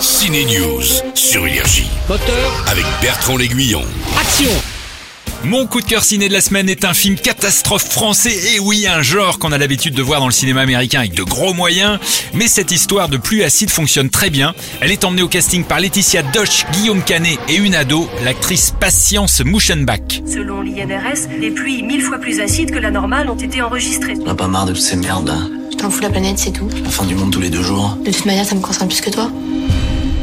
Ciné News sur Énergie Moteur, avec Bertrand L'Aiguillon. action Mon coup de cœur ciné de la semaine est un film catastrophe français, et oui, un genre qu'on a l'habitude de voir dans le cinéma américain avec de gros moyens, mais cette histoire de pluie acide fonctionne très bien. Elle est emmenée au casting par Laetitia Doche, Guillaume Canet et une ado, l'actrice Patience Mouchenbach. Selon l'INRS, les pluies mille fois plus acides que la normale ont été enregistrées. On n'a pas marre de toutes ces merdes là. Je t'en fous la planète, c'est tout. La fin du monde tous les deux jours. De toute manière, ça me concerne plus que toi.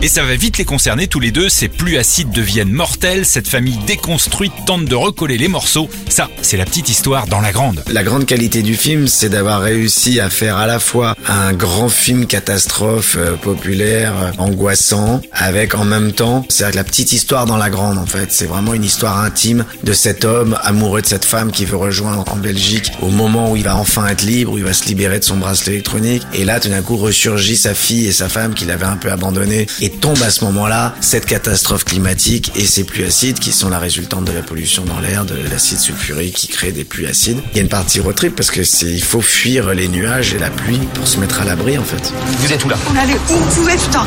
Et ça va vite les concerner tous les deux, ces pluies acides deviennent mortelles, cette famille déconstruite tente de recoller les morceaux. Ça, c'est la petite histoire dans la grande. La grande qualité du film, c'est d'avoir réussi à faire à la fois un grand film catastrophe euh, populaire, euh, angoissant, avec en même temps, c'est la petite histoire dans la grande en fait. C'est vraiment une histoire intime de cet homme amoureux de cette femme qui veut rejoindre en Belgique au moment où il va enfin être libre, où il va se libérer de son bracelet électronique. Et là, tout d'un coup, ressurgit sa fille et sa femme qu'il avait un peu abandonnée. Et tombe à ce moment-là cette catastrophe climatique et ces pluies acides qui sont la résultante de la pollution dans l'air, de l'acide sulfurique qui crée des pluies acides. Il y a une partie road trip parce que c'est, il faut fuir les nuages et la pluie pour se mettre à l'abri en fait. On allait où vous pouvez, putain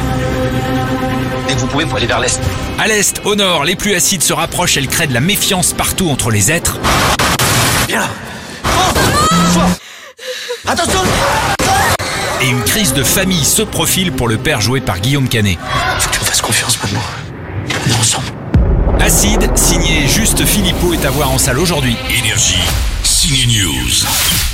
À l'est, au nord, les pluies acides se rapprochent, elles créent de la méfiance partout entre les êtres. Et une crise de famille se profile pour le père joué par Guillaume Canet. Faut que tu me fasses confiance maintenant. On est ensemble. Acide, signé Juste Philippot, est à voir en salle aujourd'hui. Énergie, Ciné News.